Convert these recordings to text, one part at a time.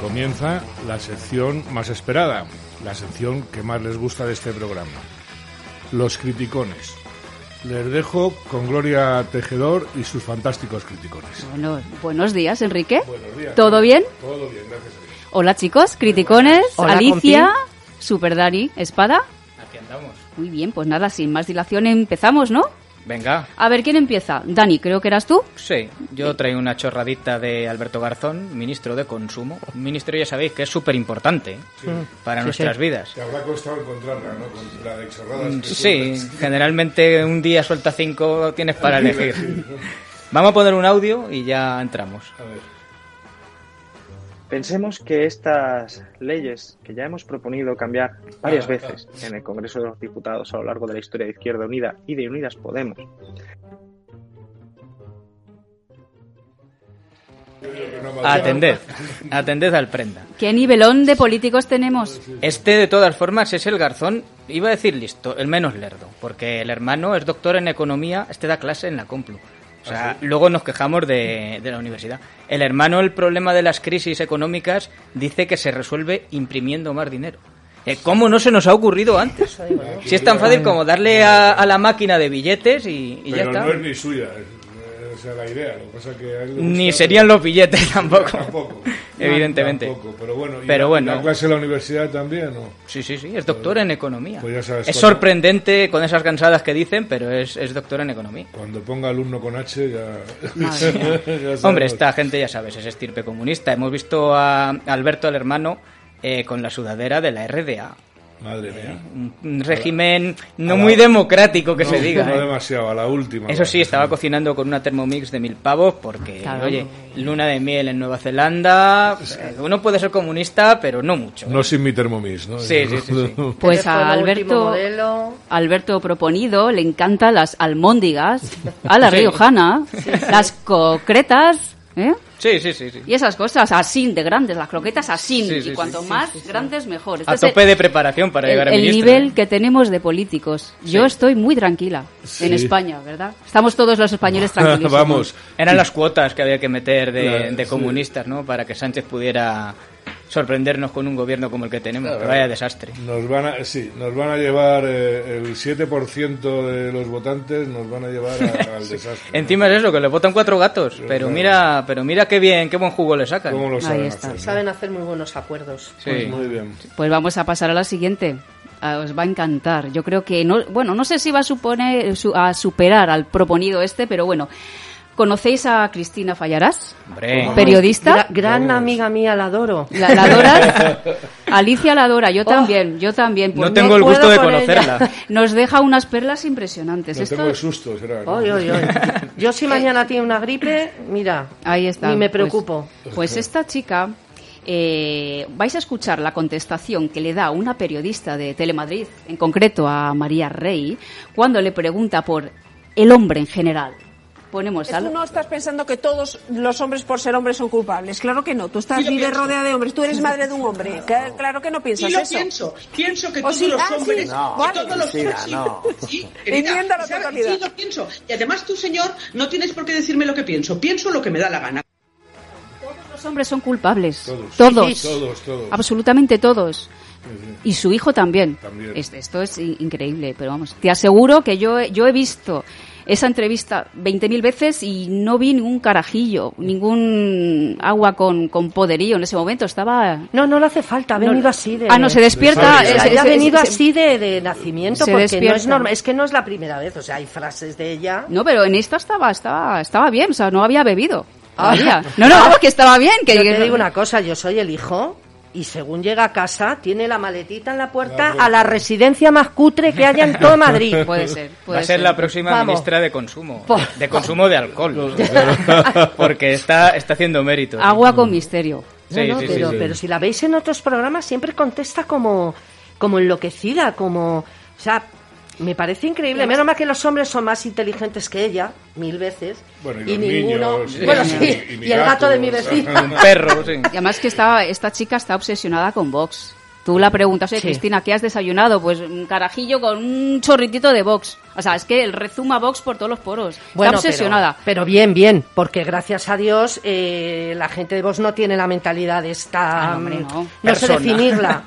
comienza la sección más esperada, la sección que más les gusta de este programa, los criticones. Les dejo con Gloria Tejedor y sus fantásticos criticones. Bueno, buenos días, Enrique. Buenos días. ¿Todo bien? Todo bien, gracias a Dios. Hola, chicos, criticones, Hola, Alicia, Super Dari, Espada. Aquí andamos. Muy bien, pues nada, sin más dilación empezamos, ¿no? Venga. A ver, ¿quién empieza? Dani, creo que eras tú. Sí, yo traigo una chorradita de Alberto Garzón, ministro de Consumo. Un ministro, ya sabéis, que es súper importante para Sí, nuestras sí. vidas. Te habrá costado encontrarla, ¿no? Con la de chorradas. que Sí, sueltas. generalmente un día suelta cinco, tienes para elegir. Vamos a poner un audio y ya entramos. A ver. Pensemos que estas leyes que ya hemos proponido cambiar varias veces en el Congreso de los Diputados a lo largo de la historia de Izquierda Unida y de Unidas Podemos Atended, atended al prenda. ¿Qué nivelón de políticos tenemos? Este, de todas formas, es el garzón, iba a decir listo, el menos lerdo, porque el hermano es doctor en economía, este da clase en la Complu. O Ah, sea, luego nos quejamos de, de la universidad. El hermano, el problema de las crisis económicas, dice que se resuelve imprimiendo más dinero. Eh, ¿Cómo no se nos ha ocurrido antes? Si es tan fácil como darle a, a la máquina de billetes y, y ya Pero está. no es ni suya, es- es la idea. Lo que pasa que a él le Ni gusta- serían los billetes tampoco. Tampoco. Evidentemente. Tampoco, pero bueno. ¿y Pero la- bueno. ¿La clase de la universidad también o...? Sí, sí, sí, es doctor en economía. Pues ya sabes es cuál- sorprendente con esas cansadas que dicen, pero es, es doctor en economía. Cuando ponga alumno con H ya... Madre mía. Pues ya sabemos. Hombre, esta gente ya sabes, es estirpe comunista. Hemos visto a Alberto, el hermano, eh, con la sudadera de la RDA. Madre mía. Un, un régimen no a la- muy democrático que No, se diga. No ¿eh? demasiado, a la última. Eso sí, vale. estaba cocinando con una Thermomix de mil pavos porque, Claro. oye, luna de miel en Nueva Zelanda. eh, Uno puede ser comunista, pero no mucho. ¿eh? No sin mi termomis, ¿no? Sí, sí, sí, sí. Pues Este fue a el último Alberto, modelo. Alberto Proponido le encantan las almóndigas, a la Sí. riojana, las concretas, ¿eh? Sí, sí, sí. sí. Y esas cosas, así de grandes, las croquetas así, Sí, sí, y cuanto sí, más grandes mejor. Este A es el- tope de preparación para el, llegar a el ministro. ¿eh? nivel que tenemos de políticos. Yo estoy muy tranquila en Sí. España, ¿verdad? Estamos todos los españoles tranquilos. Vamos. Eran las cuotas que había que meter de, Claro, de sí. comunistas, ¿no? Para que Sánchez pudiera sorprendernos con un gobierno como el que tenemos. Claro. Pero Vaya desastre. Nos van a, sí, nos van a llevar eh, el 7% de los votantes, nos van a llevar a- al desastre. Encima es eso, que le votan cuatro gatos. Pero claro. mira, pero mira qué bien, qué buen jugo le sacan. ¿Cómo lo Ahí saben está. hacer, no? Saben hacer muy buenos acuerdos. Sí. Pues muy bien. Pues vamos a pasar a la siguiente. Ah, Os va a encantar. Yo creo que no, bueno, no sé si va a suponer su- a superar al proponido este, pero bueno. ¿Conocéis a Cristina Fallarás? Hombre. pues Periodista. Gra- gran amiga mía, la adoro. La, la adoras? Alicia la adora, yo también, yo también. Oh. Pues No tengo el puedo gusto de con ella. conocerla. Nos deja unas perlas impresionantes. No Esto- tengo de susto, será. ¿no? Oy, oy, oy. Yo si mañana tiene una gripe, mira, Ahí está. ni me Pues- preocupo. Pues, esta chica, eh, vais a escuchar la contestación que le da una periodista de Telemadrid, en concreto a María Rey, cuando le pregunta por el hombre en general. Ponemos Tú al... no estás pensando que todos los hombres por ser hombres son culpables. Claro que no. Tú estás vive rodeada de hombres. Tú eres madre de un hombre. Cla- Claro que no piensas Sí lo eso. pienso. Pienso que O todos sí, los ah, hombres... sí, No, vale. que todos los hombres... sí. Sí, querida, Enmienda la ¿sabes? totalidad. Sí, lo pienso. Y además tú, señor, no tienes por qué decirme lo que pienso. Pienso lo que me da la gana. Los hombres son culpables. Todos. Todos. Todos, todos. Absolutamente todos. Y su hijo también. También. Es- Esto es i- increíble, pero vamos, te aseguro que yo, he- yo he visto esa entrevista 20.000 veces y no vi ningún carajillo, ningún agua con, con poderío en ese momento. Estaba... No, no le hace falta, ha no- venido así de... Ah, no, se despierta... De Ya, es- ya es- ha es- venido es- así de, de nacimiento se porque no es despierta. normal, es que no es la primera vez, o sea, hay frases de ella. No, pero en esta estaba, estaba, estaba bien, o sea, no había bebido. Todavía. No, no, vamos, que estaba bien. Que, Yo que- te digo una cosa, yo soy el hijo y según llega a casa tiene la maletita en la puerta puerta. a la residencia más cutre que haya en todo Madrid. Puede ser, puede Va a ser la próxima Vamos. ministra de consumo. Por- De consumo de alcohol. Porque está, está haciendo mérito. Agua con misterio. Sí, No, no, sí, sí, pero, sí. pero si la veis en otros programas siempre contesta como, como enloquecida, como... O sea, me parece increíble. Menos mal que los hombres son más inteligentes que ella, mil veces. Bueno, y y los ninguno... niños, bueno, y- sí, y mi y el gato gato, de mi o sea. vecina. Un perro, sí. Y además que esta, esta chica está obsesionada con Vox. Tú la preguntas, oye, Sí. Cristina, ¿qué has desayunado? Pues un carajillo con un chorritito de Vox. O sea, es que el rezuma Vox por todos los poros. Bueno, Está obsesionada. Pero, pero bien, bien, porque gracias a Dios eh, la gente de vos no tiene la mentalidad de esta. mm, Ah, no, hombre, no. sé Persona. definirla,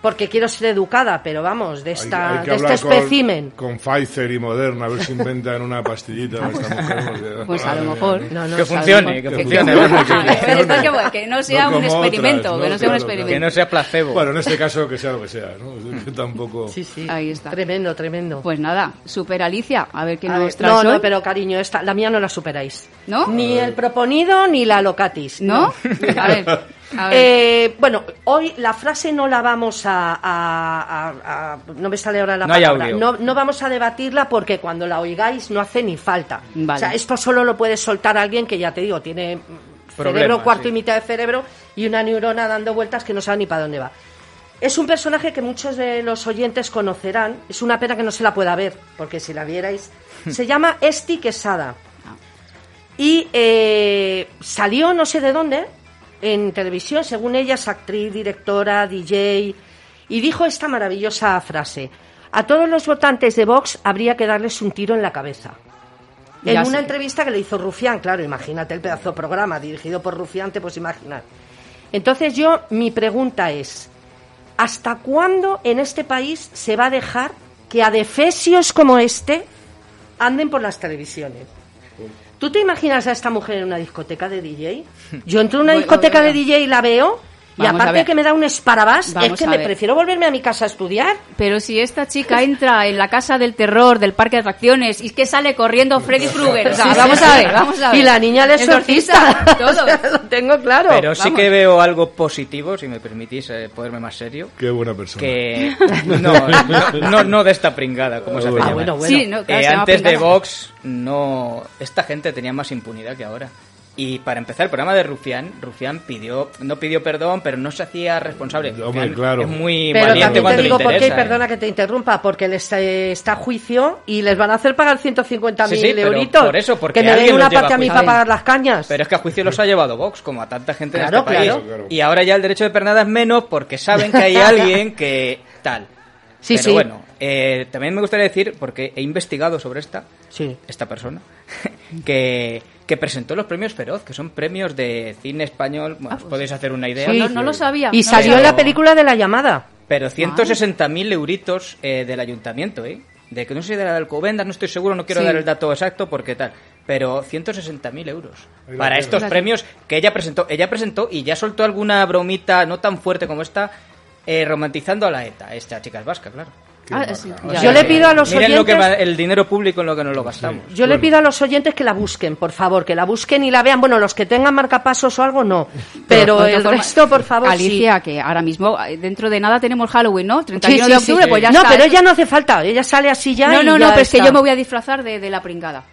porque quiero ser educada, pero vamos, de, Hay- esta, hay que de este hablar con- espécimen. Con, Pfizer y Moderna, a ver si inventan una pastillita para esta mujer. porque- Pues a lo madre mejor. mía. ¿eh? No, no, Que salgo- funcione, que Que funcione. funcione, vamos. que funcione. Pero esto que, bueno, que no sea No un como otras, experimento, ¿no? que Claro, no sea un claro. Que experimento. no sea placebo. Bueno, en este caso, que sea lo que sea, ¿no? Que tampoco. Sí, sí. Ahí está. Tremendo, tremendo. Pues nada, super Alicia, a ver qué A nos ver, traes no, hoy. no, pero cariño, esta, la mía no la superáis. ¿No? Ni el proponido ni la locatis. ¿No? A ver, a ver. Eh, bueno, hoy la frase no la vamos a, a- a- a- no me sale ahora la No hay palabra. audio. No, no vamos a debatirla porque cuando la oigáis no hace ni falta. Vale. O sea, esto solo lo puede soltar alguien que ya te digo tiene mm, Problema, cerebro cuarto sí. y mitad de cerebro y una neurona dando vueltas que no sabe ni para dónde va. Es un personaje que muchos de los oyentes conocerán. Es una pena que no se la pueda ver porque si la vierais se llama Esti Quesada. Y eh, salió no sé de dónde, en televisión, según ella es actriz, directora, DJ, y dijo esta maravillosa frase. A todos los votantes de Vox habría que darles un tiro en la cabeza. En Ya sé. una entrevista que le hizo Rufián, claro, imagínate el pedazo de programa dirigido por Rufián, te puedes imaginar. Entonces yo, mi pregunta es, ¿hasta cuándo en este país se va a dejar que adefesios como este anden por las televisiones? ¿Tú te imaginas a esta mujer en una discoteca de DJ? Yo entro en una Bueno, discoteca de bueno. DJ y la veo, y Vamos a aparte ver. que me da un esparabás, es Vamos que a me ver. prefiero volverme a mi casa a estudiar. Pero si esta chica entra en la casa del terror del parque de atracciones y es que sale corriendo Freddy Krueger, o sea, Sí, sí, vamos a sí. ver, vamos a ver. Y la niña del exorcista. exorcista, todo. Lo tengo claro. Pero sí vamos. que veo algo positivo, si me permitís eh, ponerme más serio. Qué buena persona. Que no, no, no, no de esta pringada, como se hace Ah, llamar. bueno, Sí, no, claro, Eh, se llama antes de Pringada. Vox, no. Esta gente tenía más impunidad que ahora. Y para empezar, el programa de Rufián, Rufián pidió, no pidió perdón, pero no se hacía responsable. Hombre, Rufián claro. Es muy Pero valiente también te cuando le digo por qué, y interesa, eh. perdona que te interrumpa, porque les eh, está a juicio y les van a hacer pagar 150.000 Sí, sí, pero euritos. por eso, porque que me den alguien una los lleva parte a a mí juicio. para pagar las cañas. Pero es que a juicio los ha llevado Vox, como a tanta gente Claro, en este país. claro. Claro, claro. Y ahora ya el derecho de pernada es menos porque saben que hay alguien que tal. Sí, Pero sí. bueno, eh, también me gustaría decir, porque he investigado sobre esta, Sí. esta persona, que, que presentó los premios Feroz, que son premios de cine español. Bueno, Ah, pues os podéis hacer una idea. Pues No, no lo sabía. Y no salió lo en sabía. la película de la llamada. Pero 160.000 euritos eh, del ayuntamiento, ¿eh? De que no sé si de la de Alcobendas, no estoy seguro, no quiero Sí. dar el dato exacto porque tal. Pero 160.000 euros Ahí la para tienes. estos La- premios que ella presentó. Ella presentó y ya soltó alguna bromita no tan fuerte como esta, eh, romantizando a la ETA. Esta chica es vasca, claro. Qué Ah, maja. sí, O ya, Yo ya. le pido a los miren lo que oyentes- va- el dinero público en lo que nos lo gastamos. Yo le pido a los oyentes que la busquen, por favor, que la busquen y la vean. Bueno, los que tengan marcapasos o algo, no. Pero de el forma- resto, por favor, Alicia, que ahora mismo, eh, dentro de nada tenemos Halloween, ¿no? 31 de octubre, pues ya no, está. pero ¿eh? ella no hace falta. Ella sale así ya No, y no, no, ya pero es que está. yo me voy a disfrazar de, de la pringada.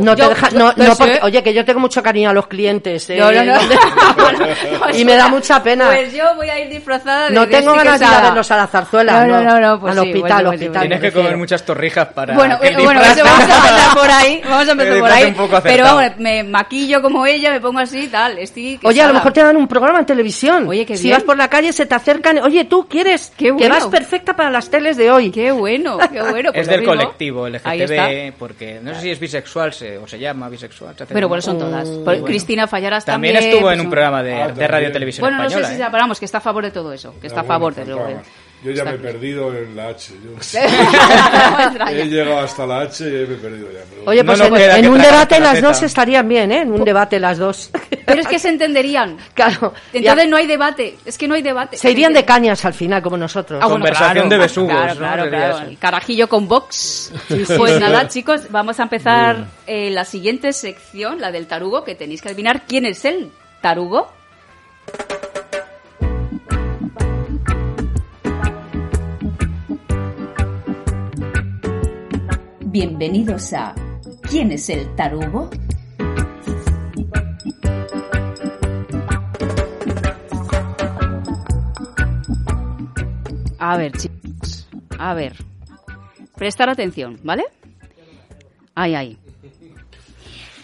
No, te Yo- deja- no, pero no, sí, porque- ¿eh? oye, que yo tengo mucho cariño a los clientes. ¿eh? No, no, no. y me da mucha pena. Pues yo voy a ir disfrazada de no de tengo Esti ganas de ir a Quesada. verlos a la zarzuela. No, no, no, no, pues Al sí, hospital, bueno, pues sí, hospital. bueno. Tienes me que comer refiero. muchas torrijas para. Bueno, que el eh, bueno, disfraz- eso vamos a empezar por ahí. Vamos a empezar El por disfraz ahí. un poco Pero acertado. vamos, me maquillo como ella, me pongo así, tal. Estoy Oye, a lo quesada. mejor te dan un programa en televisión. Oye, qué si bien. vas por la calle, se te acercan. Oye, tú quieres Qué que bueno. vas perfecta para las teles de hoy. Qué bueno, qué bueno. pues es lo del mismo. colectivo, el Ahí está. LGTB, porque no sé si es bisexual se- o se llama bisexual. se hace Pero como- bueno, son todas. Por- Oh, bueno. Cristina Fallarás también. También estuvo pues, en un son- programa de, Ah, de también. radio televisión Bueno, no sé española. si ¿eh? separamos, que está a favor de todo eso. Que está Ah, a favor de bueno, todo ¿eh? faltaba eso. más. Yo ya me Está he claro. perdido en la H. yo no sé. No extraña. he llegado hasta la H y me he perdido ya. pero- Oye, No pues nos en, queda en que un tragar debate las tarjeta. dos estarían bien, ¿eh? En un debate las dos. Pero es que se entenderían. claro. Entonces ya. no hay debate. Es que no hay debate. Se irían de ¿Entiendes? cañas al final, como nosotros. Ah, bueno, Conversación de besugos, Claro, ¿no? claro, Sería claro. eso. El carajillo con box. pues nada, chicos, vamos a empezar eh, la siguiente sección, la del tarugo, que tenéis que adivinar quién es el tarugo. Bienvenidos a ¿Quién es el tarugo? A ver, chicos. A ver. Prestar atención, ¿vale? Ay, ay.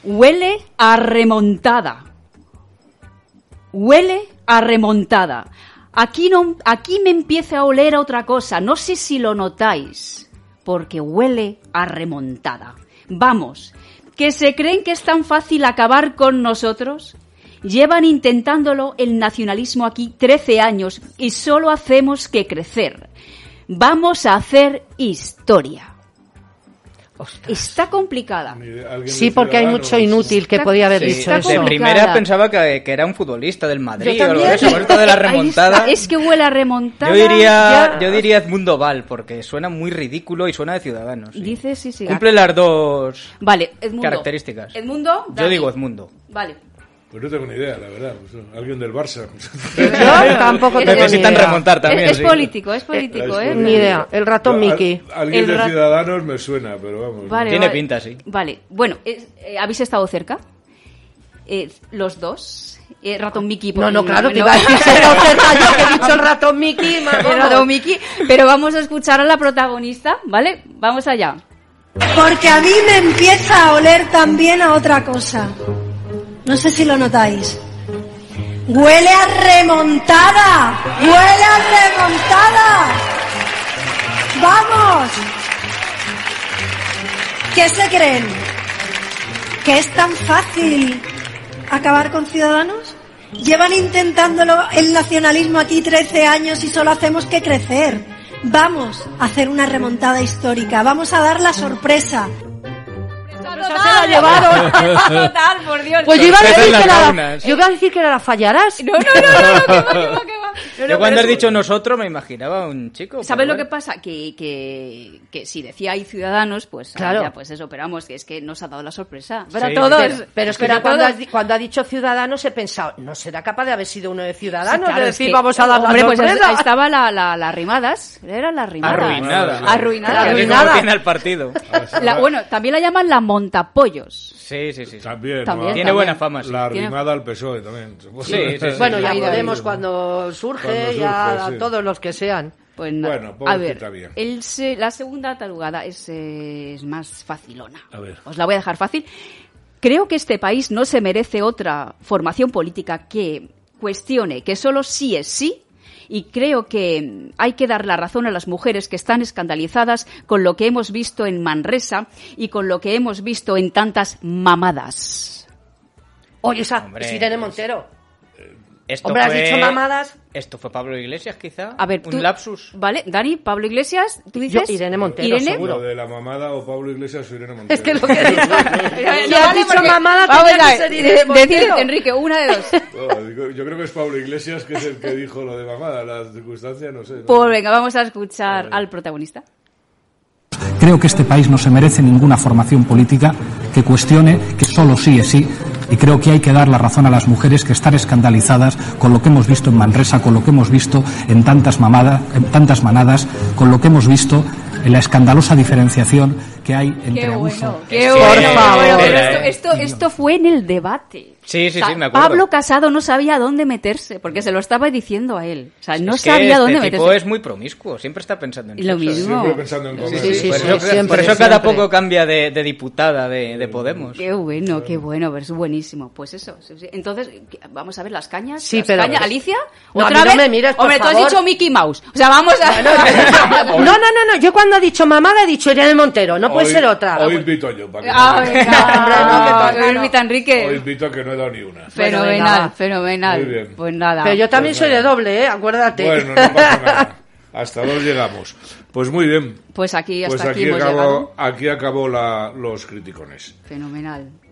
Huele a remontada. Huele a remontada. Aquí, no, aquí me empieza a oler a otra cosa. No sé si lo notáis, porque huele a remontada. Vamos, que se creen que es tan fácil acabar con nosotros. Llevan intentándolo el nacionalismo aquí 13 años y solo hacemos que crecer. Vamos a hacer historia. Está complicada. Sí, porque "Ah, hay pues mucho inútil que Está- podía haber sí, dicho está eso. de complicada. primera pensaba que, que era un futbolista del Madrid Yo o algo de también. eso, ahorita de la Ahí remontada. está. Es que huele a remontada. Yo diría, ya. yo diría Edmundo Val, porque suena muy ridículo y suena de Ciudadanos. sí. Dice, sí, sí. Cumple las dos Vale, Edmundo. características. Edmundo. Yo Dani. digo Edmundo. Vale. Pues no tengo ni idea, la verdad. Pues, alguien del Barça. Yo tampoco tengo Necesitan ni idea. remontar también. es, es sí. político, es político, ¿eh? Ni idea. El ratón Al- Mickey. alguien El de rat- Ciudadanos me suena, pero vamos. Vale, Tiene vale. pinta, sí. Vale, bueno, es- eh, ¿habéis estado cerca? Eh, los dos. Eh, ratón Mickey. No, por- no, claro, te no. iba a decir ser oferta yo que he dicho el ratón Mickey. ma- El vamos. ratón Mickey. Pero vamos a escuchar a la protagonista, ¿vale? Vamos allá. Porque a mí me empieza a oler también a otra cosa. No sé si lo notáis. Huele a remontada. Huele a remontada. Vamos. ¿Qué se creen? ¿Que es tan fácil acabar con Ciudadanos? Llevan intentándolo el nacionalismo aquí 13 años y solo hacemos que crecer. Vamos a hacer una remontada histórica. Vamos a dar la sorpresa. Ah, se la llevaron. Total, por Dios. Pues yo iba, a Sorpresa decir en las que era la, gaunas. yo iba a decir que era la fallarás. No, no, no, no, no, que va, que va, que va. No, no, Yo cuando pero has es- dicho nosotros me imaginaba un chico. ¿Sabes pero lo que bueno. pasa? Que, que, que si decía hay ciudadanos, pues ah, Claro. ya, pues eso, pero vamos, que es que nos ha dado la sorpresa. Pero Sí. todos. Pero- Pero, es que pero era cuando, todos. has di- cuando ha dicho Ciudadanos he pensado, no será capaz de haber sido uno de Ciudadanos, Sí, claro, de es Ah, decir, que- vamos a dar la hombre, pues sorpresa. es- estaba la, la, la Rimadas, era la Rimadas. Arruinada. Arruinada. Porque Arruinada. como tiene al partido. La- bueno, también la llaman la Montapollos. Sí, sí, sí. sí. También. También, ¿no? Tiene también. buena fama, sí. La Tiene- arrimada al PSOE E también. supongo. Sí, sí, sí. bueno, ya Ahí, ahí. veremos cuando surge, Cuando surge, ya sí. todos los que sean. Pues no. Bueno, a pobrecita ver, bien. el se- la segunda tarugada es, eh, es más facilona. A ver. Os la voy a dejar fácil. Creo que este país no se merece otra formación política que cuestione que solo sí es sí. Y creo que mm, hay que dar la razón a las mujeres que están escandalizadas con lo que hemos visto en Manresa y con lo que hemos visto en tantas mamadas. Oye, esa Hombre, es Irene pues- Montero. Esto Hombre, has fue- dicho mamadas. Esto fue Pablo Iglesias, quizá. A ver, un tú- lapsus. Vale, Dani, Pablo Iglesias, tú dices. Irene Montero, Irene, seguro. Lo de la mamada o Pablo Iglesias o Irene Montero. Es que lo que Si has vale, dicho porque- mamada, vamos tenía a que ver, ser Irene de- decir, Montero. Enrique, una de dos. No, Oh, digo, yo creo que es Pablo Iglesias que es el que dijo lo de mamada. Las circunstancias, no sé. ¿no? Pues venga, vamos a escuchar al protagonista. Creo que este país no se merece ninguna formación política que cuestione que solo sí es sí. Y creo que hay que dar la razón a las mujeres que están escandalizadas con lo que hemos visto en Manresa, con lo que hemos visto en tantas, mamadas, en tantas manadas, con lo que hemos visto en la escandalosa diferenciación que hay entre Qué abuso. bueno, qué Por bueno. qué favor, bueno, pero eh. esto, esto, esto fue en el debate. Sí, sí, O sea, sí, me acuerdo. Pablo Casado no sabía dónde meterse, porque se lo estaba diciendo a él. O sea, no Es que sabía este dónde tipo meterse. es muy promiscuo, siempre está pensando en Y lo sexo. mismo. Siempre no. pensando en comer. Pues Sí, sí, Por sí, eso, siempre, por eso cada siempre. poco cambia de, de diputada de, de Podemos. Qué bueno, qué bueno, pero es buenísimo. Pues eso. sí, sí. Entonces, ¿qué- vamos a ver las cañas. Sí, las pero- cañas. ¿Alicia? No, a ¿Otra mí no vez? me mires, por Hombre, tú favor. has dicho Mickey Mouse. O sea, vamos a... No, no, no, no. Yo cuando he dicho mamada he dicho Irene Montero. No puede Hoy- ser otra. Hoy invito yo. Para que Ah, no- venga, Hombre, no, que no, no. Ermita Enrique. hoy invito que no he dado ni una. Bueno, venga, va. Fenomenal, fenomenal. Muy bien. Pues nada. Pero yo también Pues soy de nada. doble, ¿eh? Acuérdate. Bueno, no pasa nada. Hasta dos llegamos. Pues muy bien. Pues aquí, hasta Pues aquí, aquí hemos acabó, llegado. aquí acabó la- los criticones. Fenomenal.